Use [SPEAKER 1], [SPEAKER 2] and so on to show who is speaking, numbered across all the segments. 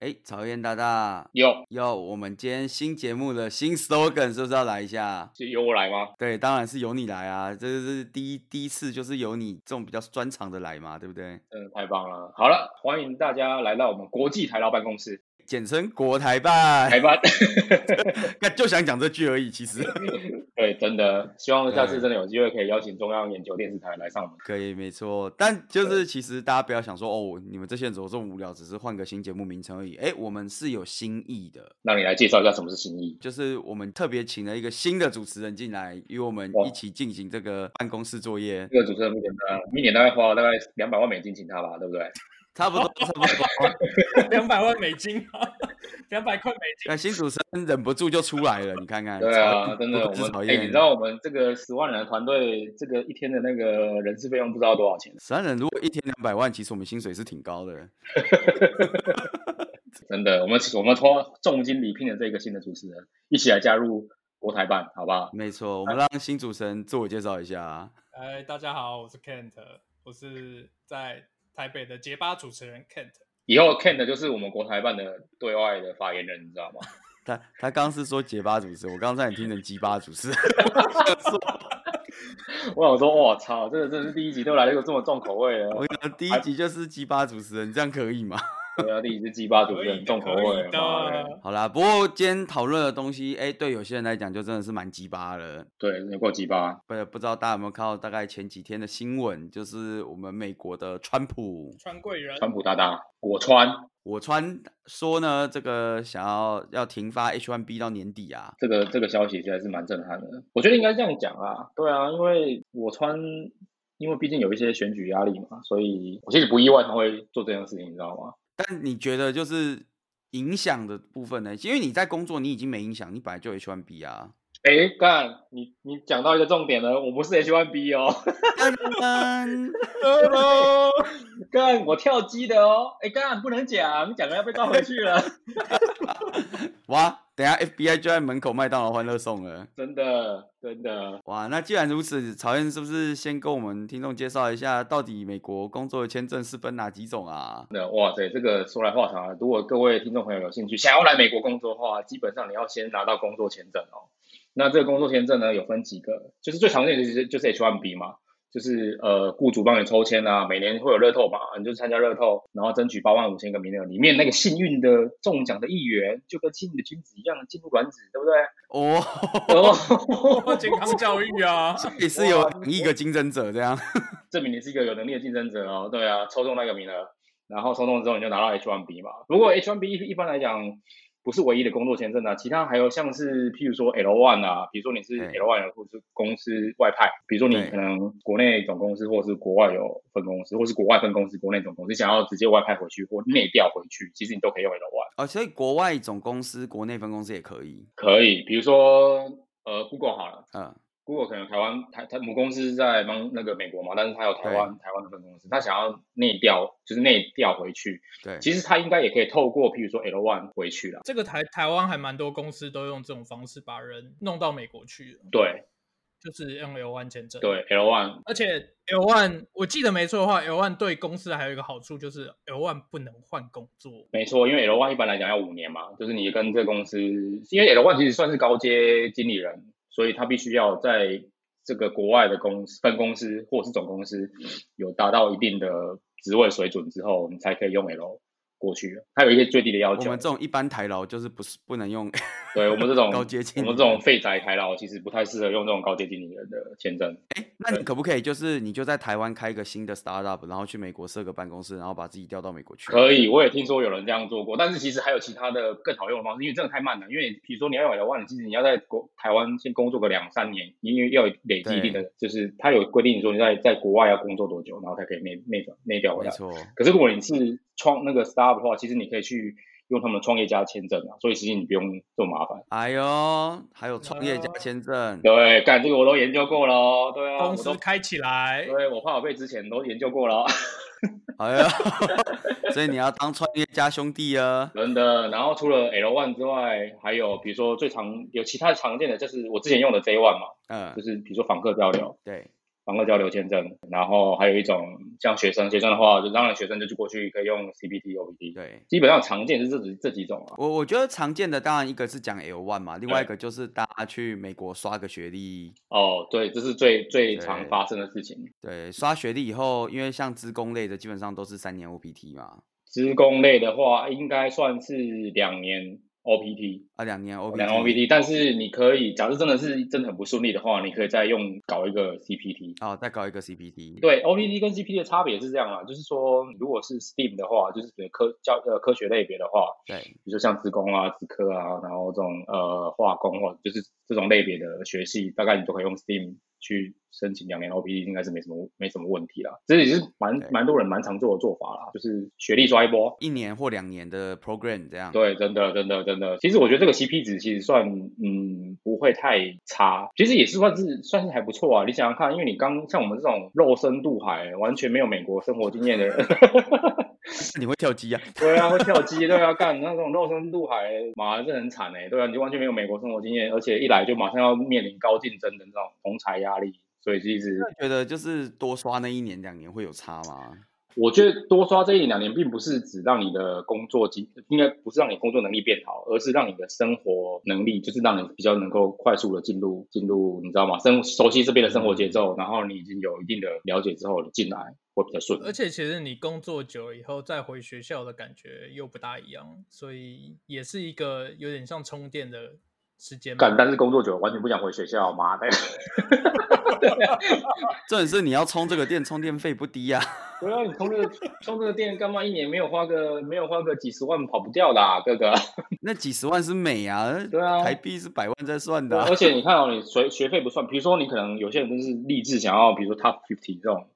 [SPEAKER 1] 哎，曹燕大大，
[SPEAKER 2] 有
[SPEAKER 1] 哟，我们今天新节目的新 slogan 是不是要来一下？
[SPEAKER 2] 是由我来吗？
[SPEAKER 1] 对，当然是由你来啊，这是第一第一次，就是由你这种比较专长的来嘛，对不对？
[SPEAKER 2] 真的太棒了！好了，欢迎大家来到我们国际台劳办公室，
[SPEAKER 1] 简称国台办，
[SPEAKER 2] 台办。
[SPEAKER 1] 干就想讲这句而已，其 实
[SPEAKER 2] 对，真的，希望下次
[SPEAKER 1] 对
[SPEAKER 2] 真的有机会可以邀请中央研究电视台来上我们。
[SPEAKER 1] 可以，没错。但就是其实大家不要想说哦，你们这些人怎么这么无聊，只是换个新节目名称而已。哎，我们是有新意的，
[SPEAKER 2] 让你来介绍一下什么是新意。
[SPEAKER 1] 就是我们特别请了一个新的主持人进来，与我们
[SPEAKER 2] 哇
[SPEAKER 1] 一起进行这个办公室作 业，
[SPEAKER 2] 这个主持人不简单，一年大概花了大概两百万美金请他吧，对不对？
[SPEAKER 1] 差不多，差不多。
[SPEAKER 3] 两百万美金啊，两百块美金。
[SPEAKER 1] 那新主持人忍不住就出来了，你看看。
[SPEAKER 2] 对
[SPEAKER 1] 曹
[SPEAKER 2] 啊，
[SPEAKER 1] 燕
[SPEAKER 2] 真的，
[SPEAKER 1] 不
[SPEAKER 2] 我
[SPEAKER 1] 知曹
[SPEAKER 2] 们哎、
[SPEAKER 1] 燕
[SPEAKER 2] 你知道我们这个十万人的团队，这个一天的那个人事费用不知道多少钱，
[SPEAKER 1] 三人如果一天两百万，其实我们薪水是挺高的。
[SPEAKER 2] 真的，我们我们花重金礼聘的这个新的主持人，一起来加入国台办，好不好？
[SPEAKER 1] 没错，我
[SPEAKER 2] 啊
[SPEAKER 1] 们让新主持人自我介绍一下啊。
[SPEAKER 3] 哎，大家好，我是 Kent，我是在台北的结巴主持人 Kent。
[SPEAKER 2] 以后 Ken 的就是我们国台办的对外的发言人，你知道吗？
[SPEAKER 1] 他他刚刚是说结巴主持，我刚才也听成鸡巴主持。
[SPEAKER 2] 我想说，我操，这个真的是第一集都来了一个这么重口味了
[SPEAKER 1] 我，跟你讲，第一集就是鸡巴主持人，这样可以吗？
[SPEAKER 2] 对啊，第一集是鸡巴主
[SPEAKER 3] 可
[SPEAKER 2] 持
[SPEAKER 3] 以
[SPEAKER 2] 人
[SPEAKER 3] 的，
[SPEAKER 2] 重口
[SPEAKER 3] 可
[SPEAKER 2] 味
[SPEAKER 3] 以
[SPEAKER 2] 妈的，
[SPEAKER 3] 的。
[SPEAKER 1] 好啦，不过今天讨论的东西，哎、对有些人来讲就真的是蛮鸡巴了。
[SPEAKER 2] 对，有够鸡巴，
[SPEAKER 1] 不不知道大家有没有看到，大概前几天的新闻，就是我们美国的川普，
[SPEAKER 3] 川贵人，
[SPEAKER 2] 川普大大，我川，
[SPEAKER 1] 我川说呢，这个想要要停发 H1B 到年底啊，
[SPEAKER 2] 这个这个消息实在是蛮震撼的，我觉得应该这样讲啊，对啊，因为我川。因为毕竟有一些选举压力嘛，所以我其实不意外他会做这件事情，你知道吗？
[SPEAKER 1] 但你觉得就是影响的部分呢？因为你在工作，你已经没影响，你本来就 H1B 啊。
[SPEAKER 2] 哎，干，你你讲到一个重点了，我不是 H1B 哦，
[SPEAKER 1] 噔噔
[SPEAKER 2] 干，我跳机的哦，哎干，不能讲，讲了要被抓回去了。
[SPEAKER 1] 哇，等一下 FBI 就在门口麦当劳欢乐颂了。
[SPEAKER 2] 真的，真的，
[SPEAKER 1] 哇，那既然如此，曹燕是不是先跟我们听众介绍一下，到底美国工作的签证是分哪几种啊？
[SPEAKER 2] 那哇塞，这个说来话长啊。如果各位听众朋友有兴趣，想要来美国工作的话，基本上你要先拿到工作签证哦。那这个工作签证呢，有分几个，就是最常见的就是就是 H1B 嘛，就是呃雇主帮你抽签啊，每年会有乐透嘛，你就参加乐透，然后争取八万五千个名额，里面那个幸运的中奖的一员，就跟幸运的君子一样进入卵子，对不对？
[SPEAKER 1] 哦，
[SPEAKER 2] 哦，
[SPEAKER 3] 健康教 育啊，
[SPEAKER 1] 也是有两亿个竞争者这样。
[SPEAKER 2] 证明你是一个有能力的竞争者哦。对啊，抽中那个名额，然后抽中之后你就拿到 H1B 嘛。不过 H1B 一一般来讲不是唯一的工作签证啊，其他还有像是譬如说 L1 啊，比如说你是
[SPEAKER 1] 对
[SPEAKER 2] L1 有公司公司外派，比如说你
[SPEAKER 1] 对
[SPEAKER 2] 可能国内总公司或是国外有分公司，或是国外分公司、国内总公司，你想要直接外派回去或内调回去，其实你都可以用 L1。
[SPEAKER 1] 哦，所以国外总公司、国内分公司也可以。
[SPEAKER 2] 可以，比如说呃 Google 好了。
[SPEAKER 1] 嗯，
[SPEAKER 2] Google 可能台湾台台母公司在帮那个美国嘛，但是它有台湾台湾的分公司，它想要内调，就是内调回去。
[SPEAKER 1] 对。
[SPEAKER 2] 其实它应该也可以透过，譬如说 L one 回去啦。
[SPEAKER 3] 这个台台湾还蛮多公司都用这种方式把人弄到美国去了，
[SPEAKER 2] 对
[SPEAKER 3] 就是用 L one 签证。，
[SPEAKER 2] 对，L one
[SPEAKER 3] 而且 L one 我记得没错的话，L one 对公司还有一个好处就是 L one 不能换工作。
[SPEAKER 2] 没错，因为 L one 一般来讲要五年嘛，就是你跟这个公司，因为 L one 其实算是高阶经理人，所以他必须要在这个国外的公司分公司或是总公司有达到一定的职位水准之后，你才可以用 L 过去。它有一些最低的要
[SPEAKER 1] 我
[SPEAKER 2] 求
[SPEAKER 1] 们这。种一般台劳就是不是不能用
[SPEAKER 2] 对我们这种
[SPEAKER 1] 高阶经
[SPEAKER 2] 我
[SPEAKER 1] 理
[SPEAKER 2] 们这种废宅台劳其实不太适合用这种高阶经理人的签证。
[SPEAKER 1] 哎， 那你可不可以就是你就在台湾开一个新的 startup，然后去美国设个办公室，然后把自己调到美国去？
[SPEAKER 2] 可以，我啊也听说有人这样做过，但是其实还有其他的更好用的方式，因为真的太慢了。因为比如说你要有两万，其实你要在国台湾先工作个两三年，因为要累积一定的，就是他有规定说你在在国外要工作多久，然后才可以内内转内调回
[SPEAKER 1] 没
[SPEAKER 2] 来。
[SPEAKER 1] 错，
[SPEAKER 2] 可是如果你是创那个 startup 的话，其实你可以去用他们的创业家签证啊，所以其实你不用这么麻烦。
[SPEAKER 1] 哎呦，还有创业家签证，
[SPEAKER 2] 对，干这个我都研究过了哦，对啊，
[SPEAKER 3] 公
[SPEAKER 2] 我
[SPEAKER 3] 司
[SPEAKER 2] 都
[SPEAKER 3] 开起来，
[SPEAKER 2] 对我怕我被之前都研究过了 哦。
[SPEAKER 1] 哎呦， 所以你要当创业家兄弟啊！
[SPEAKER 2] 真的，然后除了 L one 之外，还有比如说最常有其他常见的，就是我之前用的 J one 嘛，
[SPEAKER 1] 嗯
[SPEAKER 2] 就，是比如说访客交流，
[SPEAKER 1] 对，
[SPEAKER 2] 房客交流签证，然后还有一种像学生，学生的话，就当然学生就去过去可以用 CPT、OPT，
[SPEAKER 1] 对，
[SPEAKER 2] 基本上常见是这几这几种啊。
[SPEAKER 1] 我我觉得常见的当然一个是讲 L one 嘛，另外一
[SPEAKER 2] 对
[SPEAKER 1] 个就是大家去美国刷个学历，
[SPEAKER 2] 哦，对，这是最最常
[SPEAKER 1] 对
[SPEAKER 2] 发生的事情。
[SPEAKER 1] 对，刷学历以后，因为像资工类的基本上都是三年 OPT 嘛，
[SPEAKER 2] 职工类的话，应该算是两年 OPT，
[SPEAKER 1] 啊两年 OPT，
[SPEAKER 2] 两年 OPT，但是你可以，假设真的是真的很不顺利的话，你可以再用搞一个 CPT。
[SPEAKER 1] 哦，再搞一个 CPT，
[SPEAKER 2] 对，OPT 跟 CPT 的差别是这样啦，就是说，如果是 STEAM 的话，就是指科教呃科学类别的话，
[SPEAKER 1] 对
[SPEAKER 2] 比如说像职工啊、职科啊，然后这种呃化工或者就是这种类别的学系，大概你都可以用 STEAM 去申请两年 OPT，应该是没什么没什么问题啦。这也是蛮
[SPEAKER 1] 对
[SPEAKER 2] 蛮多人蛮常做的做法啦，就是学历刷一波，
[SPEAKER 1] 一年或两年的 program 这样，
[SPEAKER 2] 对，真的，真的，真的。其实我觉得这个 CP 值其实算，嗯，不会太差，其实也是算是算是还不错啊。你想想看，因为你刚像我们这种肉身渡海，完全没有美国生活经验的人，
[SPEAKER 1] 你会跳机啊？
[SPEAKER 2] 对啊，会跳机，对啊，干那种肉身渡海，妈这很惨哎、对啊，你就完全没有美国生活经验，而且一来就马上要面临高竞争的那种同才压力，所以其实
[SPEAKER 1] 觉得就是多刷那一年两年会有差吗？
[SPEAKER 2] 我觉得多刷这一两年，并不是只让你的工作经，应该不是让你工作能力变好，而是让你的生活能力，就是让你比较能够快速的进入进入，你知道吗？生熟悉这边的生活节奏，然后你已经有一定的了解之后，你进来会比较顺。
[SPEAKER 3] 而且其实你工作久了以后再回学校的感觉又不大一样，所以也是一个有点像充电的时间吧。
[SPEAKER 2] 干，但是工作久了完全不想回学校，妈的！
[SPEAKER 1] 重点是你要充这个电，充电费不低啊。
[SPEAKER 2] 对啊，你充这个充这个电干嘛？一年没有花个没有花个几十万，跑不掉的、啊，哥哥。
[SPEAKER 1] 那几十万是美啊，
[SPEAKER 2] 对啊
[SPEAKER 1] 台币是百万在算
[SPEAKER 2] 对
[SPEAKER 1] 的、
[SPEAKER 2] 啊
[SPEAKER 1] 啊
[SPEAKER 2] 而。且你看哦，你学学费不算，比如说你可能有些人就是立志想要，比如说 Top Fifty 这种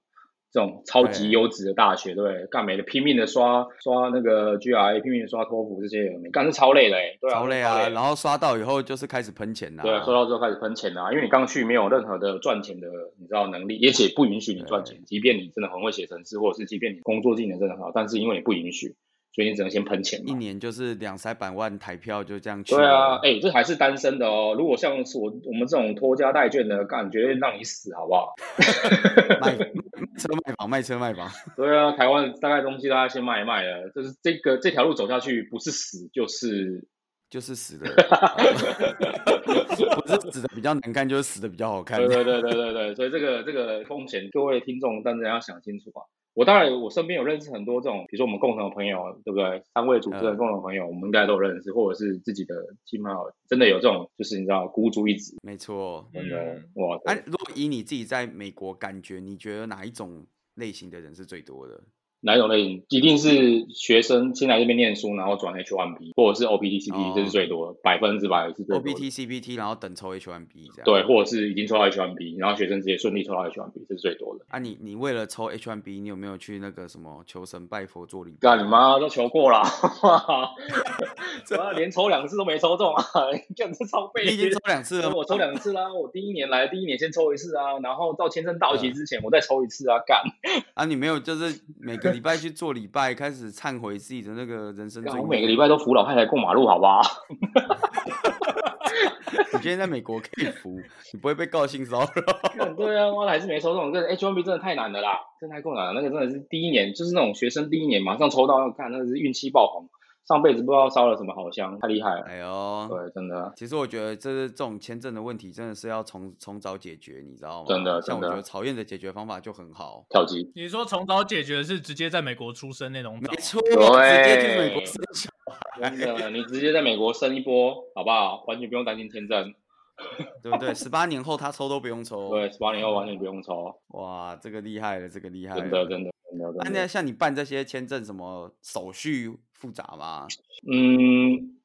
[SPEAKER 2] 这种超级
[SPEAKER 1] 对
[SPEAKER 2] 优质的大学，对不对？干没的拼命的刷刷那个 GRE，拼命的刷托福这些有没？干是超累的哎、欸，对啊，
[SPEAKER 1] 超累啊！然后刷到以后就是开始喷钱啦、
[SPEAKER 2] 对啊，刷到之后开始喷钱啦、因为你刚去没有任何的赚钱的，你知道能力，而且不允许你赚钱，即便你真的很会写程式，或者是即便你工作技能真的很好，但是因为你不允许，所以你只能先喷钱
[SPEAKER 1] 一
[SPEAKER 2] 嘛。
[SPEAKER 1] 年就是两三百万台票就这样去
[SPEAKER 2] 对啊
[SPEAKER 1] 了。，
[SPEAKER 2] 哎、这还是单身的哦。如果像是我我们这种拖家带眷的，干绝对让你死，好不好？
[SPEAKER 1] 卖 卖车卖房，卖车卖房。
[SPEAKER 2] 对啊，台湾大概东西大家先卖一卖了，就是这个这条路走下去，不是死就是
[SPEAKER 1] 就是死的， 不是死的比较难看，就是死的比较好看
[SPEAKER 2] 对。对对对对对，所以这个这个风险，各位听众当然要想清楚啊。我当然，我身边有认识很多这种，比如说我们共同的朋友，对不对？三位主持人
[SPEAKER 1] 嗯
[SPEAKER 2] 共同的朋友，我们应该都有认识，或者是自己的亲朋好友，真的有这种，就是你知道孤注一掷，
[SPEAKER 1] 没错。
[SPEAKER 2] 真的、
[SPEAKER 3] 嗯
[SPEAKER 2] 哇！
[SPEAKER 1] 哎、如果以你自己在美国感觉，你觉得哪一种类型的人是最多的？
[SPEAKER 2] 哪一种类型？一定是学生先来这边念书，然后转 H1B 或者是 OPT、CT，
[SPEAKER 1] 哦
[SPEAKER 2] 这是最多的，百分之百是最多
[SPEAKER 1] O
[SPEAKER 2] 的
[SPEAKER 1] B T C B T，然后等抽 H 1 B 这样。
[SPEAKER 2] 对，。或者是已经抽到 H1B，然后学生直接顺利抽到 H1B，这是最多的。
[SPEAKER 1] 啊你，你为了抽 H 1 B，你有没有去那个什么求神拜佛做礼拜？
[SPEAKER 2] 干你！妈都求 过了，怎么连抽两次都没抽中啊？干这超
[SPEAKER 1] 你已
[SPEAKER 2] 费
[SPEAKER 1] 经
[SPEAKER 2] 劲
[SPEAKER 1] 抽。两次了 吗，
[SPEAKER 2] 我抽两次啦，我第一年来第一年先抽一次啊，然后到签证到期之
[SPEAKER 1] 嗯
[SPEAKER 2] 前我再抽一次啊，干
[SPEAKER 1] 啊！你没有就是每个礼拜去做礼拜，开始忏悔自己的那个人生罪
[SPEAKER 2] 干
[SPEAKER 1] 孽。
[SPEAKER 2] 我每个礼拜都扶老太太过马路，好不好？
[SPEAKER 1] 你今天在美国可以服，你不会被告性骚扰。
[SPEAKER 2] 干对啊，妈的还是没抽中，这 H1B 真的太难了啦，真的太困难了，那个真的是第一年就是那种学生第一年马上抽到，干那个是运气爆红，上辈子不知道烧了什么好香，太厉害了，
[SPEAKER 1] 哎呦，
[SPEAKER 2] 对，真的。
[SPEAKER 1] 其实我觉得这是这种签证的问题，真的是要从从早解决，你知道吗？
[SPEAKER 2] 真的
[SPEAKER 1] 像我
[SPEAKER 2] 真
[SPEAKER 1] 觉得
[SPEAKER 2] 的
[SPEAKER 1] 曹燕的解决方法就很好。
[SPEAKER 2] 跳机。
[SPEAKER 3] 你说从早解决的是直接在美国出生那种早
[SPEAKER 1] 没错，直接去美国
[SPEAKER 2] 对
[SPEAKER 1] 生小
[SPEAKER 2] 真的，你直接在美国生一波，好不好？完全不用担心签证，
[SPEAKER 1] 对不对？十八年后他抽都不用抽，
[SPEAKER 2] 对，十八年后完全不用抽，
[SPEAKER 1] 哇，这个厉害了，这个厉害了。
[SPEAKER 2] 真的，真的，真的，
[SPEAKER 1] 那、
[SPEAKER 2] 真
[SPEAKER 1] 那
[SPEAKER 2] 的。
[SPEAKER 1] 像你办这些签证，什么手续复杂吗？
[SPEAKER 2] 嗯，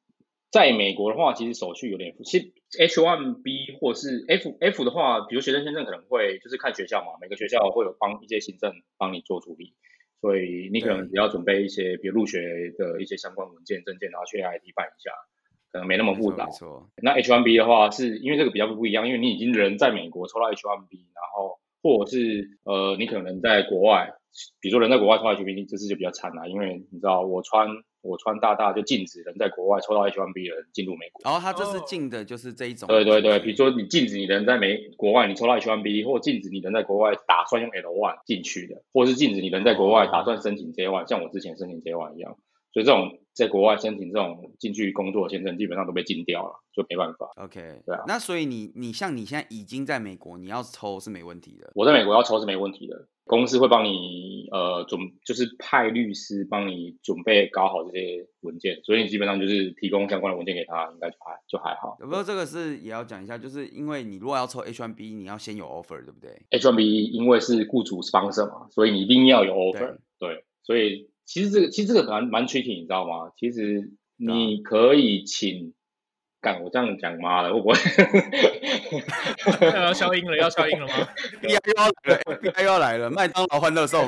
[SPEAKER 2] 在美国的话，其实手续有点复，其实 H1B 或是 F F 的话，比如学生签证可能会就是看学校嘛，每个学校会有帮一些行政帮你做处理，所以你可能
[SPEAKER 1] 对
[SPEAKER 2] 只要准备一些，比如入学的一些相关文件、证件，然后去 IT 办一下，可能没那么
[SPEAKER 1] 没
[SPEAKER 2] 复
[SPEAKER 1] 错，
[SPEAKER 2] 杂
[SPEAKER 1] 没。错，
[SPEAKER 2] 那 H1B 的话是，因为这个比较不一样，因为你已经人在美国抽到 H1B，然后或者是呃，你可能在国外，比如说人在国外抽到 H1B，这次就比较惨了、因为你知道我穿我川大大就禁止人在国外抽到 H1B 的人进入美国。
[SPEAKER 1] 然后他这次
[SPEAKER 3] 哦
[SPEAKER 1] 进的就是这一种，
[SPEAKER 2] 对对对，
[SPEAKER 1] 是不
[SPEAKER 2] 比
[SPEAKER 1] 是
[SPEAKER 2] 如说你禁止你人在美国外，你抽到 H1B，或禁止你人在国外打算用 L1 进去的，或是禁止你人在国外打算申请 J1，、像我之前申请 J1 一样。所以这种在国外申请这种进去工作的签证，基本上都被禁掉了，就没办法。
[SPEAKER 1] OK，
[SPEAKER 2] 对啊
[SPEAKER 1] 那所以你你像你现在已经在美国，你要抽是没问题的。
[SPEAKER 2] 我在美国要抽是没问题的，公司会帮你呃准，就是派律师帮你准备搞好这些文件，所以你基本上就是提供相关的文件给他，应该就还就还好。
[SPEAKER 1] 不过这个是也要讲一下，就是因为你如果要抽 H1B，你要先有 offer，对不对？
[SPEAKER 2] H1B 因为是雇主 sponsor 嘛，所以你一定要有 offer，对所以其实这个其实这个蛮蛮 tricky，你知道吗？其实你可以请，干我这样讲妈的会 不会？
[SPEAKER 3] 要啊消音了，要消音了吗？
[SPEAKER 1] FBI 又要来了，FBI 又要来了，麦当劳欢乐颂。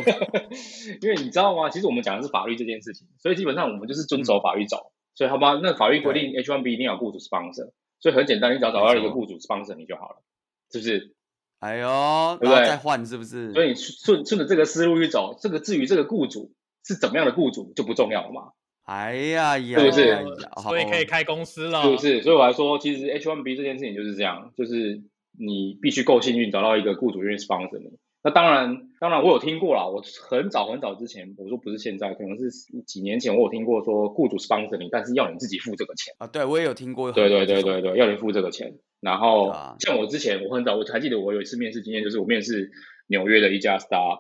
[SPEAKER 2] 因为你知道吗？其实我们讲的是法律这件事情，所以基本上我们就是遵守
[SPEAKER 1] 嗯
[SPEAKER 2] 法律走。所以好吧，那法律规定 H1B 一定要有雇主 sponsor，所以很简单，你只要找到一
[SPEAKER 1] 没
[SPEAKER 2] 个
[SPEAKER 1] 错
[SPEAKER 2] 雇主 sponsor 你就好了，是不是？
[SPEAKER 1] 哎呦，然后
[SPEAKER 2] 对不对
[SPEAKER 1] 再换是不是？
[SPEAKER 2] 所以你顺顺着这个思路去走，这个至于这个雇主是怎么样的雇主就不重要了嘛，
[SPEAKER 1] 哎呀呀，
[SPEAKER 2] 是不是
[SPEAKER 1] 呀呀哦
[SPEAKER 3] 哦所以可以
[SPEAKER 1] 好
[SPEAKER 3] 开公司
[SPEAKER 1] 啊
[SPEAKER 3] 了，
[SPEAKER 2] 是不是？所以我来说，其实 H1B 这件事情就是这样，就是你必须够幸运找到一个雇主愿意 sponsor 你。那当然，当然我有听过啦，我很早很早之前，我说不是现在，可能是几年前，我有听过说雇主 sponsor 你，但是要你自己付这个钱。
[SPEAKER 1] 啊，对我也有听过。
[SPEAKER 2] 对对对对，对，要你付这个钱。然后、
[SPEAKER 1] 对啊
[SPEAKER 2] 像我之前，我很早我还记得我有一次面试经验，就是我面试纽约的一家 startup，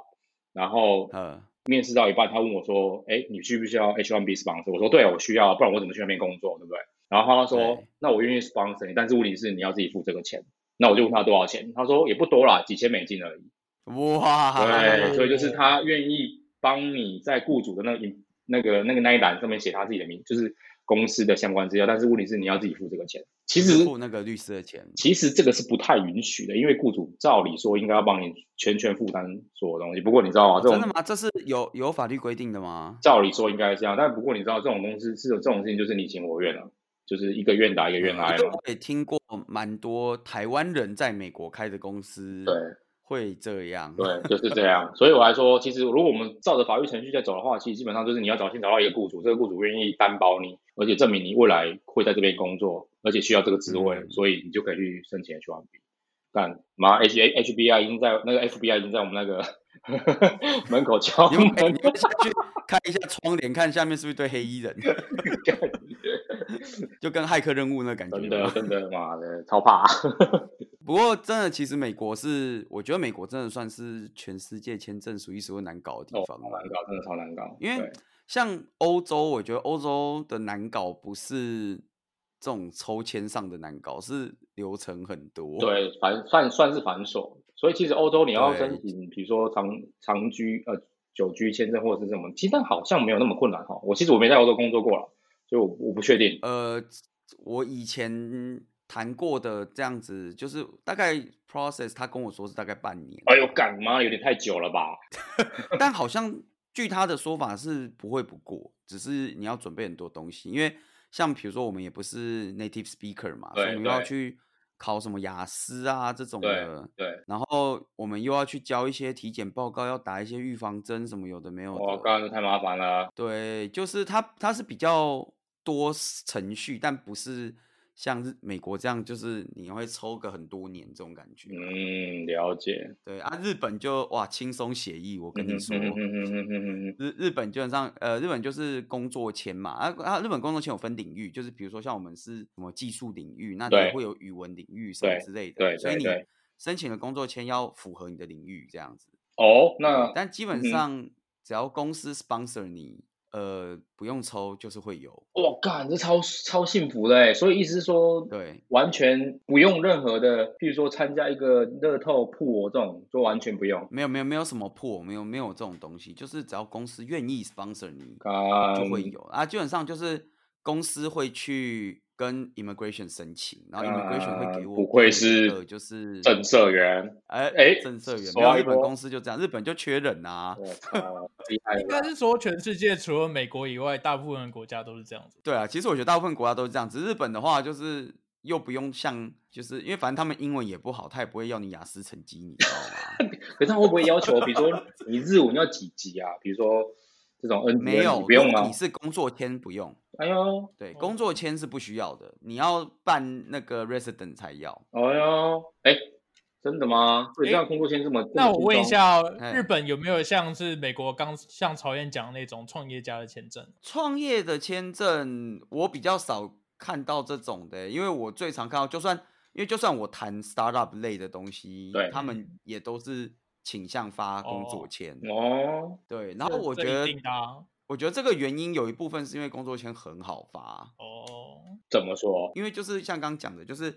[SPEAKER 2] 然后
[SPEAKER 1] 呃，
[SPEAKER 2] 面试到一半，他问我说：“哎，你需不需要 H1B sponsor？” 我说：“对啊，我需要啊，不然我怎么去那边工作，对不对？”然后他说
[SPEAKER 1] 对：“
[SPEAKER 2] 那我愿意 sponsor 你，但是问题是你要自己付这个钱。”那我就问他多少钱，他说也不多啦，几千美金而已。
[SPEAKER 1] 哇
[SPEAKER 2] 对，，所以就是他愿意帮你在雇主的那一那个那个那一栏上面写他自己的名，就是公司的相关资料，但是问题是你要自己付这个钱。其实
[SPEAKER 1] 付那个律师的钱。
[SPEAKER 2] 其实这个是不太允许的，因为雇主照理说应该要帮你全权负担所有东西。不过你知道吗？这
[SPEAKER 1] 哦真
[SPEAKER 2] 种
[SPEAKER 1] 的吗？这是有有法律规定的吗？
[SPEAKER 2] 照理说应该是这样，但不过你知道这种东西是有这种事情就是你情我愿啊，就是一个愿打一个愿挨
[SPEAKER 1] 哦这
[SPEAKER 2] 嘛。
[SPEAKER 1] 我也听过蛮多台湾人在美国开的公司，
[SPEAKER 2] 对，
[SPEAKER 1] 会这样。
[SPEAKER 2] 对，就是这样。所以我来说，其实如果我们照着法律程序在走的话，其实基本上就是你要找先找到一个雇主，这个雇主愿意担保你，而且证明你未来会在这边工作，而且需要这个职位，
[SPEAKER 1] 嗯
[SPEAKER 2] 所以你就可以去申请 H1B。但妈 H A H B I 已经在那个 F B I 已经在我们那个 门口敲
[SPEAKER 1] 你 们
[SPEAKER 2] 门
[SPEAKER 1] 可以你们先去看一下窗帘，看下面是不是一堆黑 衣人， 就跟骇客任务那感觉
[SPEAKER 2] 真
[SPEAKER 1] 有没
[SPEAKER 2] 的
[SPEAKER 1] 有。
[SPEAKER 2] 真的妈的超怕。
[SPEAKER 1] 不过真的，其实美国是，我觉得美国真的算是全世界签证数一数二难搞的地
[SPEAKER 2] 哦，
[SPEAKER 1] 方
[SPEAKER 2] 超
[SPEAKER 1] 了
[SPEAKER 2] 难搞，真的超难搞。
[SPEAKER 1] 因为
[SPEAKER 2] 对
[SPEAKER 1] 像欧洲，我觉得欧洲的难搞不是这种抽签上的难搞，是流程很多。，
[SPEAKER 2] 对繁算算是繁琐，所以其实欧洲你要
[SPEAKER 1] 对
[SPEAKER 2] 申请，比如说长长居呃久居签证或者是什么，其实但好像没有那么困难哈。我其实我没在欧洲工作过了，所以我我不确定。
[SPEAKER 1] 呃，我以前谈过的这样子，就是大概 process，他跟我说是大概半年，
[SPEAKER 2] 哎呦，干妈有点太久了吧？
[SPEAKER 1] 但好像据他的说法是不会不过，只是你要准备很多东西，因为像比如说我们也不是 native speaker 嘛，所以
[SPEAKER 2] 对
[SPEAKER 1] 我们又要
[SPEAKER 2] 对
[SPEAKER 1] 去考什么雅思啊这种
[SPEAKER 2] 对
[SPEAKER 1] 的，
[SPEAKER 2] 对，
[SPEAKER 1] 然后我们又要去交一些体检报告，要打一些预防针什么有的没有
[SPEAKER 2] 我
[SPEAKER 1] 的。
[SPEAKER 2] 干太麻烦了。
[SPEAKER 1] 对，就是它它是比较多 s- 程序，但不是像日美国这样，就是你会抽个很多年这种感觉。
[SPEAKER 2] 嗯，了解。
[SPEAKER 1] 对啊，日本就哇轻松写意，我跟你说。
[SPEAKER 2] 嗯哼嗯哼嗯哼嗯哼嗯哼
[SPEAKER 1] 日日本基本上，呃，日本就是工作签嘛，啊啊，日本工作签有分领域，就是比如说像我们是什么技术领域，那你
[SPEAKER 2] 对
[SPEAKER 1] 会有语文领域什么
[SPEAKER 2] 对
[SPEAKER 1] 之类的，
[SPEAKER 2] 对
[SPEAKER 1] 所以
[SPEAKER 2] 对
[SPEAKER 1] 你
[SPEAKER 2] 对
[SPEAKER 1] 申请的工作签要符合你的领域这样子。
[SPEAKER 2] 哦，那
[SPEAKER 1] 对但基本
[SPEAKER 2] 嗯
[SPEAKER 1] 上只要公司 sponsor 你，呃，不用抽就是会有。
[SPEAKER 2] 我干这超超幸福的哎。所以意思是说，
[SPEAKER 1] 对，
[SPEAKER 2] 完全不用任何的，譬如说参加一个乐透铺哦这种，就完全不用。
[SPEAKER 1] 没有没有没有什么破，没有没有这种东西，就是只要公司愿意 sponsor 你，
[SPEAKER 2] 啊，
[SPEAKER 1] 就会有啊。基本上就是公司会去跟 immigration 申请，然后 immigration 会
[SPEAKER 2] 啊
[SPEAKER 1] 给我
[SPEAKER 2] 不
[SPEAKER 1] 给我
[SPEAKER 2] 愧
[SPEAKER 1] 一
[SPEAKER 2] 是
[SPEAKER 1] 个就是
[SPEAKER 2] 正社员，
[SPEAKER 1] 哎
[SPEAKER 2] 哎
[SPEAKER 1] 政策员，
[SPEAKER 2] 说
[SPEAKER 1] 没有啊
[SPEAKER 2] 到一
[SPEAKER 1] 日本
[SPEAKER 2] 波
[SPEAKER 1] 公司就这样，日本就缺人啊。
[SPEAKER 2] 我操，厉害
[SPEAKER 3] 应该
[SPEAKER 2] 了！
[SPEAKER 3] 是说全世界除了美国以外，大部分的国家都是这样子。
[SPEAKER 1] 对啊，其实我觉得大部分国家都是这样，只是日本的话就是又不用像，就是因为反正他们英文也不好，他也不会要你雅思成绩，你知道吗？
[SPEAKER 2] 可是他会不会要求，比如说你日文要几级啊？比如说这种 N
[SPEAKER 1] 没有，
[SPEAKER 2] 不用吗
[SPEAKER 1] 你？是工作签不用，
[SPEAKER 2] 哎呦，
[SPEAKER 1] 对，
[SPEAKER 3] 哦
[SPEAKER 1] 工作签是不需要的，你要办那个 resident 才要。
[SPEAKER 2] 哎呦，哎，真的吗？所以
[SPEAKER 3] 哎
[SPEAKER 2] 这样工作签这么？这么
[SPEAKER 3] 那我
[SPEAKER 2] 轻
[SPEAKER 3] 问一
[SPEAKER 2] 松，
[SPEAKER 3] 下哦，
[SPEAKER 1] 哎
[SPEAKER 3] 日本有没有像是美国刚像曹燕讲的那种创业家的签证？
[SPEAKER 1] 创业的签证我比较少看到这种的，因为我最常看到，就算因为就算我谈 startup 类的东西
[SPEAKER 2] 对，
[SPEAKER 1] 他们也都是倾向发工作
[SPEAKER 3] 哦
[SPEAKER 1] 签。
[SPEAKER 2] 哦，
[SPEAKER 1] 对，然后
[SPEAKER 3] 这
[SPEAKER 1] 我
[SPEAKER 3] 这
[SPEAKER 1] 觉
[SPEAKER 3] 一
[SPEAKER 1] 得
[SPEAKER 3] 定的啊
[SPEAKER 1] 我觉得这个原因有一部分是因为工作签很好发，
[SPEAKER 3] 哦，
[SPEAKER 2] 怎么说？
[SPEAKER 1] 因为就是像刚讲的，就是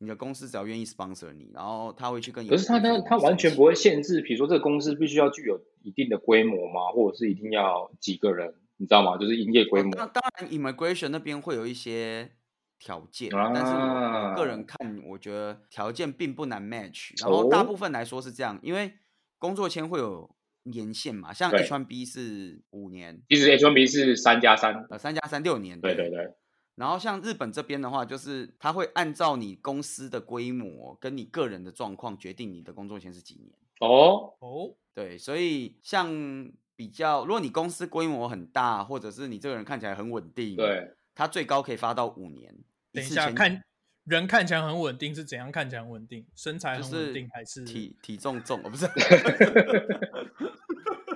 [SPEAKER 1] 你的公司只要愿意 sponsor 你，然后他会去跟你。
[SPEAKER 2] 可是他他他完全不会限制，比如说这个公司必须要具有一定的规模吗？或者是一定要几个人，你知道吗？就是营业规模
[SPEAKER 1] 那哦当然，immigration 那边会有一些条件，
[SPEAKER 2] 啊
[SPEAKER 1] 但是我我个人看，我觉得条件并不难 match。然后大
[SPEAKER 2] 哦
[SPEAKER 1] 部分来说是这样，因为工作签会有年限嘛，像
[SPEAKER 2] 对
[SPEAKER 1] H1B 是五年，
[SPEAKER 2] 其实 H1B 是三加三，
[SPEAKER 1] 呃，三加三六年。
[SPEAKER 2] 对对。对，
[SPEAKER 1] 然后像日本这边的话，就是他会按照你公司的规模跟你个人的状况决定你的工作签是几年。
[SPEAKER 2] 哦，
[SPEAKER 3] 哦，
[SPEAKER 1] 对，所以像比较，如果你公司规模很大，或者是你这个人看起来很稳定，，
[SPEAKER 2] 对，
[SPEAKER 1] 它最高可以发到五年。
[SPEAKER 3] 等一
[SPEAKER 1] 次
[SPEAKER 3] 下
[SPEAKER 1] 签
[SPEAKER 3] 看人看起来很稳定是怎样看起来很稳定？身材
[SPEAKER 1] 就
[SPEAKER 3] 很
[SPEAKER 1] 是
[SPEAKER 3] 稳定还是
[SPEAKER 1] 体体重重？哦，不是，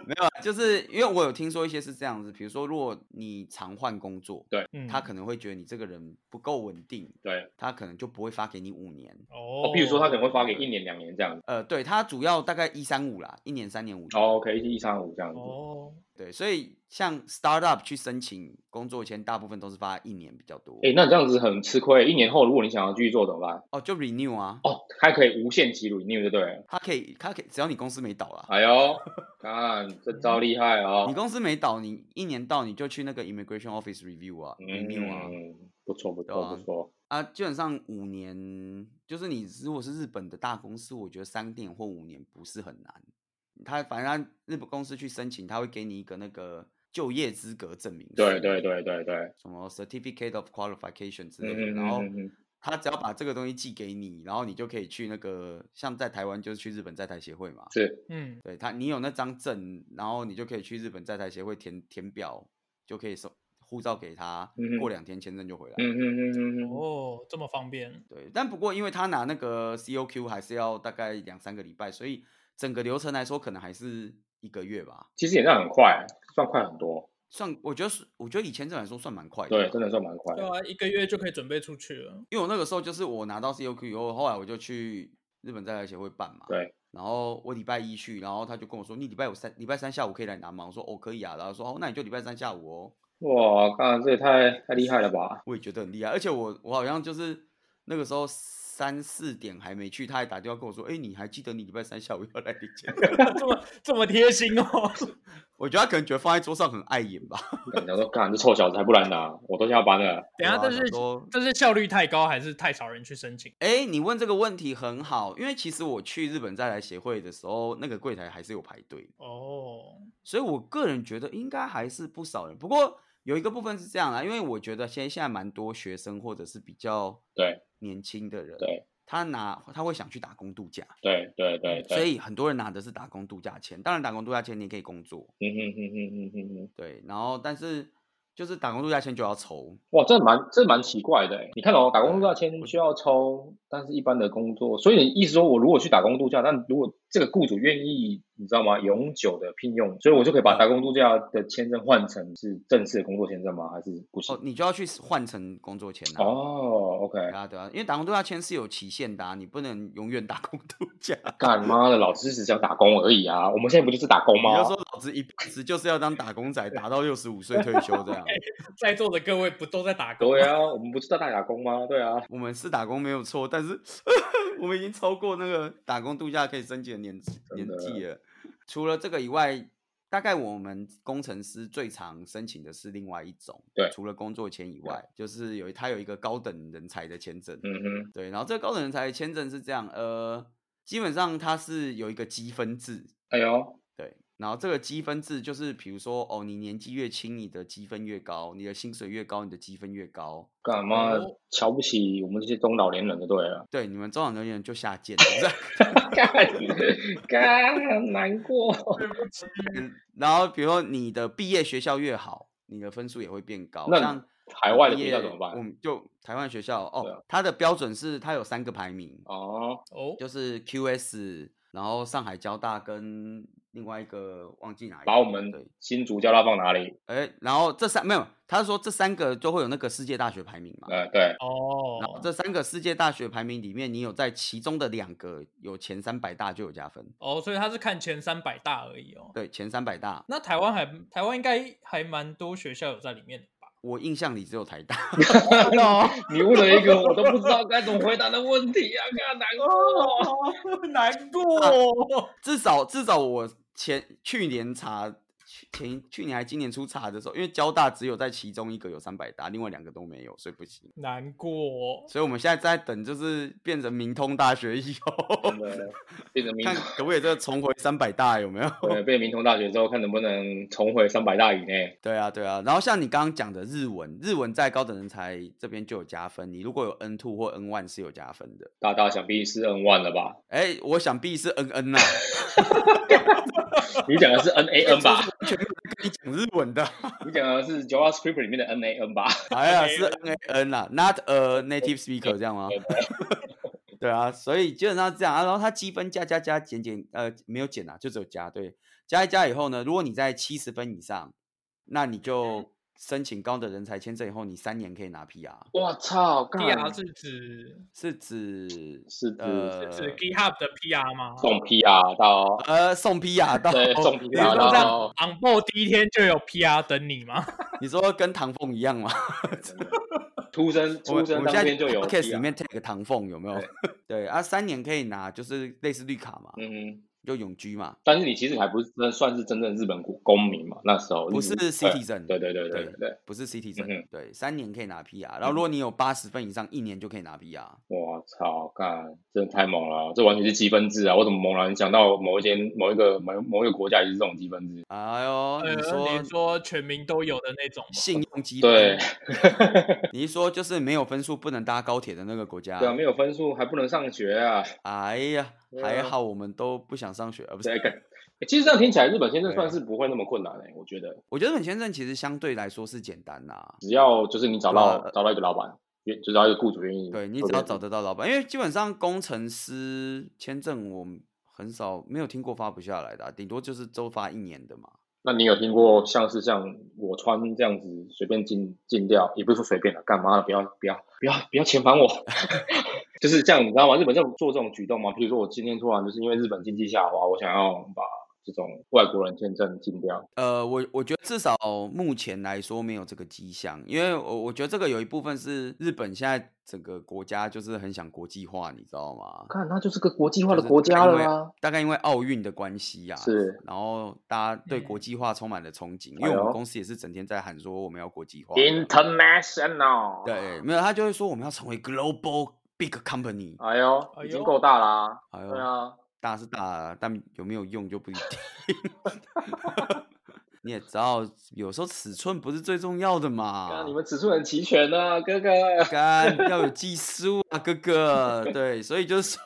[SPEAKER 1] 没有啊，就是因为我有听说一些是这样子，比如说如果你常换工作，
[SPEAKER 3] 嗯
[SPEAKER 1] 他可能会觉得你这个人不够稳定，
[SPEAKER 2] 对，
[SPEAKER 1] 他可能就不会发给你五年。
[SPEAKER 3] 哦
[SPEAKER 2] 哦，，比如说他可能会发给一年、两年这样子。
[SPEAKER 1] 呃，对，他主要大概一三五啦，一年、三年、五年。
[SPEAKER 2] 哦，OK，一三五这样子。
[SPEAKER 3] 哦，
[SPEAKER 1] 对，所以像 startup 去申请工作签，大部分都是发一年比较多。
[SPEAKER 2] 哎、那你这样子很吃亏。一年后如果你想要继续做怎么办？
[SPEAKER 1] 哦，就 renew 啊，
[SPEAKER 2] 哦，它可以无限期 renew 就对了。
[SPEAKER 1] 他可以，他可以，只要你公司没倒
[SPEAKER 3] 啊
[SPEAKER 1] 啦。
[SPEAKER 2] 哎呦，看这招厉害
[SPEAKER 1] 你
[SPEAKER 2] 哦。
[SPEAKER 1] 公司没倒，你一年到你就去那个 immigration office review 啊、r e n e w 啊，
[SPEAKER 2] 嗯，不错不
[SPEAKER 1] 对
[SPEAKER 2] 错
[SPEAKER 1] 啊
[SPEAKER 2] 不错。
[SPEAKER 1] 啊，基本上五年，就是你如果是日本的大公司，我觉得三年或五年不是很难。他反正他日本公司去申请，他会给你一个那个就业资格证明，
[SPEAKER 2] 对对，对对对，
[SPEAKER 1] 什么 certificate of qualification 之
[SPEAKER 2] 嗯
[SPEAKER 1] 类的，
[SPEAKER 2] 嗯
[SPEAKER 1] 然后
[SPEAKER 2] 嗯嗯，
[SPEAKER 1] 他只要把这个东西寄给你，然后你就可以去那个，像在台湾就是去日本在台协会嘛，
[SPEAKER 2] 是
[SPEAKER 3] 嗯，
[SPEAKER 1] 对他，你有那张证，然后你就可以去日本在台协会填填表，就可以送护照给他，
[SPEAKER 2] 嗯
[SPEAKER 1] 过
[SPEAKER 2] 哼
[SPEAKER 1] 两天签证就回来。
[SPEAKER 2] 嗯嗯嗯嗯嗯。
[SPEAKER 3] 哦，这么方便，
[SPEAKER 1] 对，但不过因为他拿那个 COQ 还是要大概两三个礼拜，所以整个流程来说可能还是一个月吧。
[SPEAKER 2] 其实也算很快，算快很多。
[SPEAKER 1] 算我觉得是，我觉得以前这来说算蛮快的。
[SPEAKER 2] 对，真的算蛮快
[SPEAKER 3] 对
[SPEAKER 2] 的。
[SPEAKER 3] 啊，一个月就可以准备出去了。
[SPEAKER 1] 因为我那个时候就是我拿到 COQ 以后，后来我就去日本在台协会办嘛。
[SPEAKER 2] 对。
[SPEAKER 1] 然后我礼拜一去，然后他就跟我说：“你礼拜五三礼拜三下午可以来拿吗？”我说：“哦，可以啊。”然后说：“哦，那你就礼拜三下午哦。”
[SPEAKER 2] 哇，看这也太太厉害了吧！
[SPEAKER 1] 我也觉得很厉害，而且我我好像就是那个时候三四点还没去，他还打电话跟我说：“哎、你还记得你礼拜三下午要来领钱
[SPEAKER 3] 这么这么贴心哦。？”
[SPEAKER 1] 我觉得他可能觉得放在桌上很碍眼吧。
[SPEAKER 2] 想说，看这臭小子还不来拿，我都下班了。
[SPEAKER 3] 等一下
[SPEAKER 1] 对啊
[SPEAKER 3] 这
[SPEAKER 1] 想
[SPEAKER 3] 是
[SPEAKER 1] 说
[SPEAKER 3] 这是效率太高还是太少人去申请？
[SPEAKER 1] 哎、你问这个问题很好，因为其实我去日本再来协会的时候，那个柜台还是有排队，
[SPEAKER 3] 哦，
[SPEAKER 1] 所以我个人觉得应该还是不少人。不过有一个部分是这样啦，因为我觉得现在现在蛮多学生或者是比较
[SPEAKER 2] 对
[SPEAKER 1] 年轻的人，
[SPEAKER 2] 对
[SPEAKER 1] 他拿他会想去打工度假，
[SPEAKER 2] 对对对
[SPEAKER 1] 所
[SPEAKER 2] 对，
[SPEAKER 1] 以很多人拿的是打工度假签。当然，打工度假签你也可以工作，
[SPEAKER 2] 嗯哼哼哼哼哼哼，
[SPEAKER 1] 对。然后，但是就是打工度假签就要抽，
[SPEAKER 2] 哇，这蛮这蛮奇怪的欸。你看哦，打工度
[SPEAKER 1] 啊
[SPEAKER 2] 假签需要抽，但是一般的工作，所以你意思说我如果去打工度假，但如果这个雇主愿意，你知道吗？永久的聘用，所以我就可以把打工度假的签证换成是正式的工作签证吗？还是不行
[SPEAKER 1] 哦，？你就要去换成工作签啊。
[SPEAKER 2] 哦，OK，
[SPEAKER 1] 对啊，对啊，因为打工度假签是有期限的、啊，你不能永远打工度假。
[SPEAKER 2] 干妈的，老子只想打工而已啊！我们现在不就是打工
[SPEAKER 1] 你
[SPEAKER 2] 吗
[SPEAKER 1] 就？说老子一辈子就是要当打工仔，打到六十五岁退休 这样。
[SPEAKER 3] 在座的各位不都在打工吗？
[SPEAKER 2] 对啊，我们不是在打打工吗？对啊，
[SPEAKER 1] 我们是打工没有错，但是 我们已经超过那个打工度假可以申请的年纪年
[SPEAKER 2] 真的
[SPEAKER 1] 纪了。除了这个以外，大概我们工程师最常申请的是另外一种，
[SPEAKER 2] 对
[SPEAKER 1] 除了工作签以外，就是有他有一个高等人才的签证，
[SPEAKER 2] 嗯哼，
[SPEAKER 1] 对，然后这个高等人才的签证是这样，呃，基本上它是有一个积分制，
[SPEAKER 2] 哎呦，
[SPEAKER 1] 对，然后这个积分制就是，比如说哦，你年纪越轻，你的积分越高；你的薪水越高，你的积分越高。
[SPEAKER 2] 干嘛
[SPEAKER 3] 哦
[SPEAKER 2] 瞧不起我们这些中老年人就对 了，
[SPEAKER 1] 对，你们中老年人就下贱了。 这样
[SPEAKER 2] 干干难过。
[SPEAKER 3] 对不起，
[SPEAKER 1] 嗯然后比如说你的毕业学校越好，你的分数也会变高。
[SPEAKER 2] 那
[SPEAKER 1] 像
[SPEAKER 2] 海
[SPEAKER 1] 我
[SPEAKER 2] 外的
[SPEAKER 1] 毕
[SPEAKER 2] 学校
[SPEAKER 1] 业
[SPEAKER 2] 怎么办
[SPEAKER 1] 我？们就台湾学校
[SPEAKER 2] 对
[SPEAKER 1] 哦
[SPEAKER 2] 啊，
[SPEAKER 1] 它的标准是它有三个排名，
[SPEAKER 2] 哦，
[SPEAKER 3] 哦，
[SPEAKER 1] 就是 QS，然后上海交大跟另外一个忘记哪一个了。
[SPEAKER 2] 把我
[SPEAKER 1] 对
[SPEAKER 2] 们，新竹教他放哪里？
[SPEAKER 1] 哎，然后这三没有，他是说这三个都会有那个世界大学排名嘛。
[SPEAKER 2] 呃， 对，
[SPEAKER 1] 然后
[SPEAKER 3] 哦，
[SPEAKER 1] 这三个世界大学排名里面，你有在其中的两个有前三百大就有加分。
[SPEAKER 3] 哦，所以他是看前三百大而已哦。
[SPEAKER 1] 对，前三百大，
[SPEAKER 3] 那台湾还台湾应该还蛮多学校有在里面的吧？
[SPEAKER 1] 我印象里只有台大。
[SPEAKER 2] 你问了一个我都不知道该怎么回答的问题啊，干难过。
[SPEAKER 3] 哦，难过。
[SPEAKER 1] 至少至少我前去年查去前去年还今年初查的时候，因为交大只有在其中一个有三百大，另外两个都没有，所以不行。
[SPEAKER 3] 难过，
[SPEAKER 1] 所以我们现在在等，就是变成明通大学以后
[SPEAKER 2] 真，的变成民
[SPEAKER 1] 哦看可不可以再重回三百大有没有？
[SPEAKER 2] 对，被明通大学之后，看能不能重回三百大以内。
[SPEAKER 1] 对啊，对啊。然后像你刚刚讲的日文，日文在高等人才这边就有加分，你如果有 N two 或 N one 是有加分的。
[SPEAKER 2] 大大想必是 N one 了吧？
[SPEAKER 1] 哎，我想必是 N N 啊，
[SPEAKER 2] 你讲的是 N A N 吧？
[SPEAKER 1] 完全没有在跟你讲日文的。
[SPEAKER 2] 你讲的是 JavaScript 里面的 N A N 吧？
[SPEAKER 1] 哎呀，是 N A N 啦，Not a native speaker 这样吗？ 对啊，所以基本上是这样啊。然后它积分加加加减减，呃，没有减啊，就只有加。对，加一加以后呢，如果你在七十分以上，那你就申请高等人才签证以后，你三年可以拿 PR，
[SPEAKER 2] 我操，干
[SPEAKER 3] PR 是指
[SPEAKER 1] 是指
[SPEAKER 2] 是指
[SPEAKER 1] 呃
[SPEAKER 3] 是指 GitHub 的 PR 吗？
[SPEAKER 2] 送 PR 到
[SPEAKER 1] 呃送 PR 到
[SPEAKER 2] 对送
[SPEAKER 1] 哦你
[SPEAKER 2] PR
[SPEAKER 1] 说
[SPEAKER 3] 到
[SPEAKER 1] 这样，
[SPEAKER 2] 到
[SPEAKER 3] on board 第一天就有 PR 等你吗？
[SPEAKER 1] 你说跟唐凤一样吗？
[SPEAKER 2] 出生
[SPEAKER 1] 我们
[SPEAKER 2] 出生
[SPEAKER 1] 我们现
[SPEAKER 2] 当天
[SPEAKER 1] 在
[SPEAKER 2] 就有
[SPEAKER 1] case 里
[SPEAKER 2] PR。
[SPEAKER 1] 面 take 唐凤有没有？ 对啊，三年可以拿，就是类似绿卡嘛，
[SPEAKER 2] 嗯，
[SPEAKER 1] 就永居嘛。
[SPEAKER 2] 但是你其实还不是真算是真正日本国公民嘛？那时候
[SPEAKER 1] 不是
[SPEAKER 2] 对
[SPEAKER 1] citizen
[SPEAKER 2] 对对对对
[SPEAKER 1] 对
[SPEAKER 2] 对对，
[SPEAKER 1] 不是 citizen，、
[SPEAKER 2] 嗯哼嗯
[SPEAKER 1] 对，三年可以拿 PR，然后如果你有八十分以上，一年就可以拿 PR。
[SPEAKER 2] 我操，干，真的太猛了！这完全是积分制啊！我怎么猛然想到某一间、某一个、某某一个国家也是这种积分制？
[SPEAKER 1] 哎呦，
[SPEAKER 3] 呃，
[SPEAKER 1] 你说
[SPEAKER 3] 你说全民都有的那种吗？
[SPEAKER 1] 信用积
[SPEAKER 2] 对
[SPEAKER 1] 分，，你一说就是没有分数不能搭高铁的那个国家
[SPEAKER 2] 对。啊，没有分数还不能上学啊！
[SPEAKER 1] 哎呀，
[SPEAKER 2] 对
[SPEAKER 1] 还
[SPEAKER 2] 啊
[SPEAKER 1] 好我们都不想上学，呃而不
[SPEAKER 2] 对，
[SPEAKER 1] 是。
[SPEAKER 2] 干欸其实这样听起来，日本签证
[SPEAKER 1] 对啊
[SPEAKER 2] 算是不会那么困难诶、欸我觉得
[SPEAKER 1] 我觉得本签证其实相对来说是简单啦、
[SPEAKER 2] 只要就是你找
[SPEAKER 1] 对
[SPEAKER 2] 到
[SPEAKER 1] 啊
[SPEAKER 2] 找到一个老板，愿只要一个雇主愿意，
[SPEAKER 1] 对你只要找得到老板，因为基本上工程师签证我们很少没有听过发不下来的啊、顶多就是周发一年的嘛。
[SPEAKER 2] 那你有听过像是像我穿这样子随便进进掉，也不是说随便了，干嘛的？不要不要不要不要遣返我！ 就是这样，你知道吗？日本政府做这种举动吗？比如说我今天突然就是因为日本经济下滑，我想要把这种外国人签证禁掉。
[SPEAKER 1] 呃，我我觉得至少目前来说没有这个迹象，因为我我觉得这个有一部分是日本现在整个国家就是很想国际化，你知道吗？
[SPEAKER 2] 看，那就是个国际化的
[SPEAKER 1] 就是
[SPEAKER 2] 国家了
[SPEAKER 1] 因为啊
[SPEAKER 2] 啊！
[SPEAKER 1] 大概因为奥运的关系呀、
[SPEAKER 2] 是，
[SPEAKER 1] 然后大家对
[SPEAKER 3] 嗯
[SPEAKER 1] 国际化充满了憧憬，因
[SPEAKER 2] 哎
[SPEAKER 1] 为我
[SPEAKER 2] 呦
[SPEAKER 1] 们公司也是整天在喊说我们要国际化，
[SPEAKER 2] International。
[SPEAKER 1] 对，，没有他就会说我们要成为 global big company，
[SPEAKER 2] 哎呦，
[SPEAKER 3] 哎
[SPEAKER 2] 已经
[SPEAKER 3] 呦
[SPEAKER 2] 够大啦、
[SPEAKER 1] 哎
[SPEAKER 2] 对
[SPEAKER 1] 呦，
[SPEAKER 2] 啊，
[SPEAKER 1] 大是大啊，但有没有用就不 一定。你也知道，有时候尺寸不是最重要的嘛。
[SPEAKER 2] 那啊你们尺寸很齐全啊，哥哥。
[SPEAKER 1] 干要有技术啊，哥哥。对，所以就是说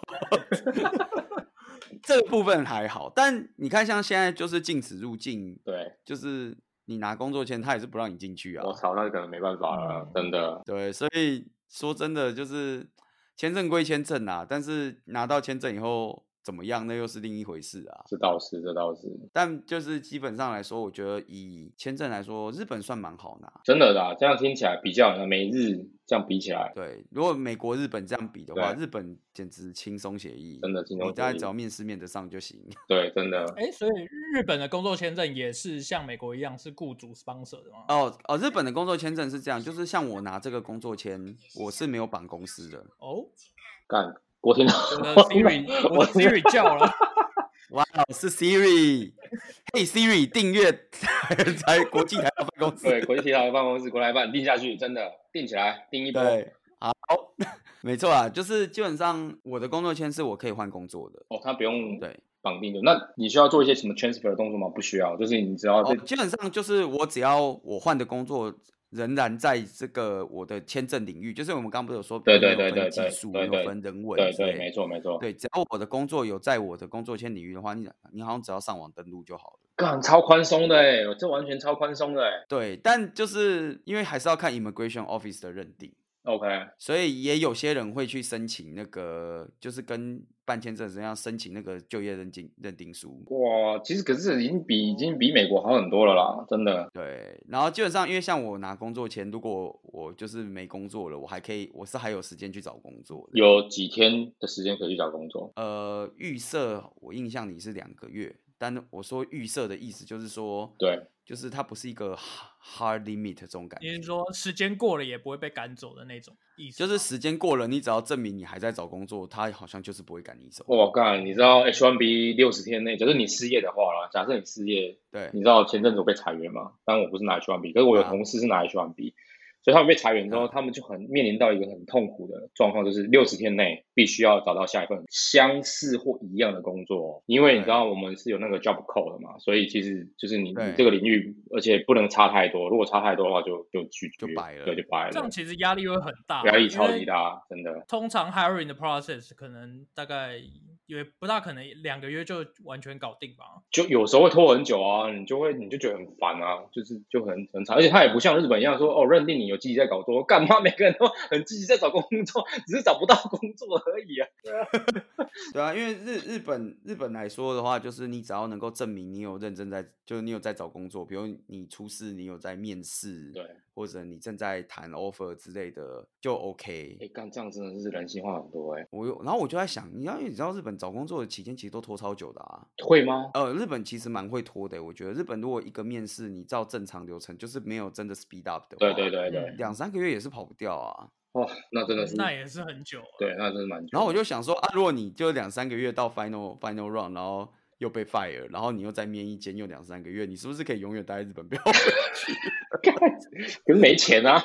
[SPEAKER 1] 这个部分还好，但你看，像现在就是禁止入境，
[SPEAKER 2] 对，
[SPEAKER 1] 就是你拿工作签，他也是不让你进去啊
[SPEAKER 2] 我。操，那可能没办法了
[SPEAKER 3] 嗯，
[SPEAKER 2] 真的。
[SPEAKER 1] 对，所以说真的就是签证归签证啊，但是拿到签证以后怎么样，那又是另一回事啊。
[SPEAKER 2] 这倒是，这倒是
[SPEAKER 1] 但就是基本上来说，我觉得以签证来说，日本算蛮好拿。
[SPEAKER 2] 真的啦。这样听起来比较美日这样比起来，
[SPEAKER 1] 对，如果美国、日本这样比的话，
[SPEAKER 2] 对
[SPEAKER 1] 日本简直轻松写意，
[SPEAKER 2] 真的轻松
[SPEAKER 1] 你大
[SPEAKER 2] 写
[SPEAKER 1] 概
[SPEAKER 2] 意
[SPEAKER 1] 只要面试面得上就行。
[SPEAKER 2] 对，真的
[SPEAKER 3] 哎，所以日本的工作签证也是像美国一样是雇主 sponsor 的吗？
[SPEAKER 1] 哦哦，日本的工作签证是这样，就是像我拿这个工作签，我是没有绑公司的。
[SPEAKER 3] 哦，
[SPEAKER 2] 干。国听到
[SPEAKER 3] 我的
[SPEAKER 2] 听到
[SPEAKER 3] Siri，
[SPEAKER 2] 我
[SPEAKER 3] 我的 Siri 叫了，
[SPEAKER 1] 哇，是 Siri，嘿 Siri，订阅台 台国际台湾办公
[SPEAKER 2] 对
[SPEAKER 1] 室。
[SPEAKER 2] 国际提到的办公室国来办定下去，真的定起来，定一波。
[SPEAKER 1] 对，好， 没错啊，就是基本上我的工作签是我可以换工作的。
[SPEAKER 2] 哦，他不用
[SPEAKER 1] 对，
[SPEAKER 2] 绑定的。那你需要做一些什么 transfer 的动作吗？不需要，就是你只要
[SPEAKER 1] 哦
[SPEAKER 2] 是，
[SPEAKER 1] 基本上就是我只要我换的工作仍然在这个我的签证领域，就是我们刚刚不是有说，
[SPEAKER 2] 对
[SPEAKER 1] 没
[SPEAKER 2] 对
[SPEAKER 1] 有
[SPEAKER 2] 对
[SPEAKER 1] 分
[SPEAKER 2] 对
[SPEAKER 1] 技
[SPEAKER 2] 对
[SPEAKER 1] 术，
[SPEAKER 2] 对
[SPEAKER 1] 没有
[SPEAKER 2] 对
[SPEAKER 1] 分人文
[SPEAKER 2] 对
[SPEAKER 1] 之
[SPEAKER 2] 对，
[SPEAKER 1] 类
[SPEAKER 2] 没
[SPEAKER 1] 的
[SPEAKER 2] 错没错。
[SPEAKER 1] 对，只要我的工作有在我的工作签领域的话，你你好像只要上网登录就好了。
[SPEAKER 2] 干超宽松的哎、这完全超宽松的哎、
[SPEAKER 1] 对，但就是因为还是要看 immigration office 的认定，
[SPEAKER 2] OK，
[SPEAKER 1] 所以也有些人会去申请那个，就是跟办签证一样申请那个就业认定认定书。
[SPEAKER 2] 哇，其实可是已经比已经比美国好很多了啦，真的。
[SPEAKER 1] 对，然后基本上因为像我拿工作签，如果我就是没工作了，我还可以，我是还有时间去找工作的。
[SPEAKER 2] 有几天的时间可以去找工作？
[SPEAKER 1] 呃，预设我印象里是两个月，但我说预设的意思就是说，
[SPEAKER 2] 对，
[SPEAKER 1] 就是它不是一个 hard limit 这种感
[SPEAKER 3] 你
[SPEAKER 1] 觉
[SPEAKER 3] 是，说时间过了也不会被赶走的那种意思
[SPEAKER 1] 就
[SPEAKER 3] 吗？
[SPEAKER 1] 是时间过了，你只要证明你还在找工作，他好像就是不会赶你走。
[SPEAKER 2] 我干，你知道 H1B 六十天内，假设你失业的话啦，假设你失业，
[SPEAKER 1] 对
[SPEAKER 2] 你知道前阵子我被裁员嘛？当然我不是拿 H1B，可是我有
[SPEAKER 1] 啊
[SPEAKER 2] 同事是拿 H1B，、所以他们被裁员之后，
[SPEAKER 1] 啊
[SPEAKER 2] 他们就很面临到一个很痛苦的状况，就是六十天内必须要找到下一份相似或一样的工作哦，因为你知道我们是有那个 job code 的嘛，所以其实就是你
[SPEAKER 1] 对
[SPEAKER 2] 你这个领域，而且不能差太多，如果差太多的话就就拒绝，
[SPEAKER 1] 就白了
[SPEAKER 2] 对，就白
[SPEAKER 3] 这
[SPEAKER 2] 了
[SPEAKER 3] 样，其实压力会很大，
[SPEAKER 2] 压力
[SPEAKER 3] 因
[SPEAKER 2] 超
[SPEAKER 3] 为
[SPEAKER 2] 级大，真的。
[SPEAKER 3] 通常 hiring 的 process 可能大概也不大可能两个月就完全搞定吧。
[SPEAKER 2] 就有时候会拖很久啊，你就会你就觉得很烦啊，就是就很很惨，而且他也不像日本一样说哦，认定你有积极在搞作， 干嘛每个人都很积极在找工作，只是找不到工作而已啊。
[SPEAKER 1] 对啊，因为日日本日本来说的话，就是你只要能够证明你有认真在，就是你有在找工作，比如你出试，你有在面试，
[SPEAKER 2] 对，
[SPEAKER 1] 或者你正在谈 offer 之类的，就
[SPEAKER 2] 哎
[SPEAKER 1] OK。，
[SPEAKER 2] 干这样真的是人性化很多哎、
[SPEAKER 1] 我有，然后我就在想，你要你知道日本找工作的期间其实都拖超久的啊。
[SPEAKER 2] 会吗？
[SPEAKER 1] 呃，日本其实蛮会拖的，我觉得日本如果一个面试你照正常流程，就是没有真的 speed up 的
[SPEAKER 2] 对
[SPEAKER 1] 话，
[SPEAKER 2] 对对对，
[SPEAKER 3] 嗯
[SPEAKER 1] 两三个月也是跑不掉啊。
[SPEAKER 2] 哇，那真的是，
[SPEAKER 3] 那也是很久啊了。
[SPEAKER 2] 对，那真的蛮久的。
[SPEAKER 1] 然后我就想说啊，如果你就两三个月到 final final round，然后又被 fire，然后你又再面一间又两三个月，你是不是可以永远待在日本？不要
[SPEAKER 2] 可是没钱啊，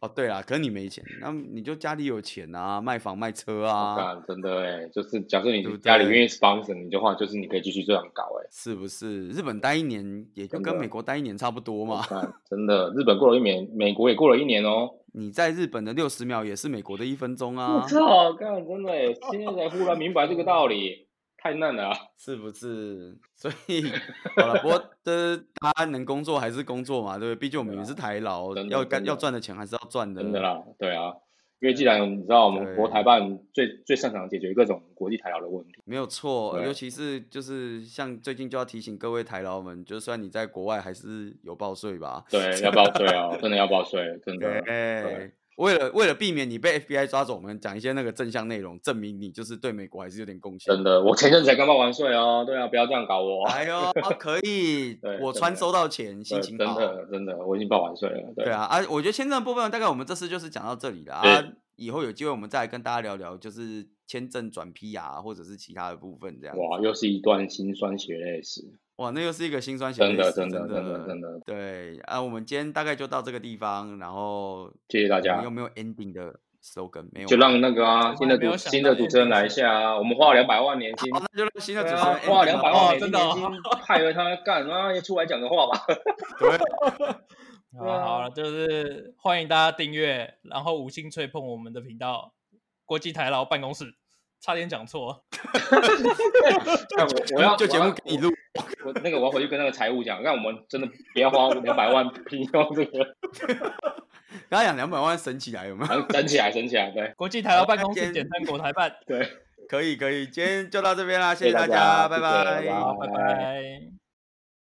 [SPEAKER 1] 哦，对啦，可是你没钱，那你就家里有钱啊，卖房卖车啊，
[SPEAKER 2] 干真的哎、就是假设
[SPEAKER 1] 对不
[SPEAKER 2] 你家里
[SPEAKER 1] 对
[SPEAKER 2] 愿意 sponsor 你的话，就是你可以继续这样搞哎、
[SPEAKER 1] 是不是？日本待一年也就
[SPEAKER 2] 真
[SPEAKER 1] 跟
[SPEAKER 2] 的哦
[SPEAKER 1] 美国待一年差不多嘛。
[SPEAKER 2] 干真的，日本过了一年，美国也过了一年哦。
[SPEAKER 1] 你在日本的六十秒也是美国的一分钟
[SPEAKER 2] 我
[SPEAKER 1] 啊，
[SPEAKER 2] 操，干真的耶，现在才忽然明白这个道理，太嫩了啊。
[SPEAKER 1] 是不是？ 所 以好了，不过这大家能工作还是工作嘛，对不对？毕竟我们也是台劳，
[SPEAKER 2] 啊真的
[SPEAKER 1] 要干
[SPEAKER 2] 真
[SPEAKER 1] 要
[SPEAKER 2] 的
[SPEAKER 1] 赚的钱还是要赚的。
[SPEAKER 2] 真的啦，对啊，因为既然你知道我们国台办最最擅长解决各种国际台劳的问题，
[SPEAKER 1] 没有错，
[SPEAKER 2] 对
[SPEAKER 1] 尤其是就是像最近就要提醒各位台劳们，就算你在国外还是有报税吧。
[SPEAKER 2] 对，要报税啊，真的要报税，真的，
[SPEAKER 1] 对，哎为了为了避免你被 FBI 抓走，我们讲一些那个正向内容，证明你就是对美国还是有点贡献。
[SPEAKER 2] 真的，我前阵子才刚报完税哦，对啊，不要这样搞我，
[SPEAKER 1] 哎呦，可以
[SPEAKER 2] 对，
[SPEAKER 1] 我
[SPEAKER 2] 真
[SPEAKER 1] 穿
[SPEAKER 2] 的
[SPEAKER 1] 收到钱，
[SPEAKER 2] 对
[SPEAKER 1] 心
[SPEAKER 2] 真
[SPEAKER 1] 情好。啊
[SPEAKER 2] 的真的，我已经报完税了，对
[SPEAKER 1] 对，啊，啊，我觉得签证的部分大概我们这次就是讲到这里了啊
[SPEAKER 2] 对，
[SPEAKER 1] 以后有机会我们再来跟大家聊聊，就是签证转批啊，或者是其他的部分这样。
[SPEAKER 2] 哇，又是一段辛酸血泪史，
[SPEAKER 1] 哇，那又是一个辛酸血
[SPEAKER 2] 真
[SPEAKER 1] 泪
[SPEAKER 2] 的
[SPEAKER 1] 史，
[SPEAKER 2] 真的
[SPEAKER 1] 真
[SPEAKER 2] 真的真的，
[SPEAKER 1] 对啊，我们今天大概就到这个地方，然后
[SPEAKER 2] 谢谢大
[SPEAKER 1] 我们
[SPEAKER 2] 家
[SPEAKER 1] 有。没有 ending 的 slogan？没有吗，
[SPEAKER 2] 就让那个啊，
[SPEAKER 3] 从
[SPEAKER 2] 新
[SPEAKER 3] 来
[SPEAKER 2] 的
[SPEAKER 3] 没有
[SPEAKER 2] 主
[SPEAKER 3] 想
[SPEAKER 2] 新
[SPEAKER 3] 到
[SPEAKER 2] 的主持人来一下啊！我们花了两百万年薪，
[SPEAKER 1] 好，那就让新的主
[SPEAKER 2] 对
[SPEAKER 1] 持
[SPEAKER 2] 啊
[SPEAKER 1] 人，ending
[SPEAKER 2] 花两百
[SPEAKER 1] 吧
[SPEAKER 2] 万
[SPEAKER 3] 哦
[SPEAKER 2] 美金
[SPEAKER 3] 真的哦
[SPEAKER 2] 年薪， 派了他干，妈要出来讲个话吧。
[SPEAKER 1] 对，
[SPEAKER 3] 好啊好了，就是欢迎大家订阅，然后五星吹捧我们的频道“国际台劳办公室”，差点讲错。
[SPEAKER 2] 看我我要
[SPEAKER 1] 就节目
[SPEAKER 2] 我要
[SPEAKER 1] 给你录，
[SPEAKER 2] 我那个我要回去跟那个财务讲，让我们真的不要花两百万拼 用这个，
[SPEAKER 1] 刚刚讲两百万省起来有 没有？
[SPEAKER 2] 整起来，整起来，对
[SPEAKER 3] 国际台劳办公
[SPEAKER 1] 好那
[SPEAKER 3] 室
[SPEAKER 1] 今
[SPEAKER 3] 简称国台办。
[SPEAKER 2] 对。
[SPEAKER 1] 可以可以，今天就到这边啦，谢
[SPEAKER 2] 谢谢
[SPEAKER 1] 大
[SPEAKER 2] 大家
[SPEAKER 1] 拜
[SPEAKER 2] 谢谢
[SPEAKER 1] 拜。
[SPEAKER 2] 拜
[SPEAKER 3] 好，拜拜。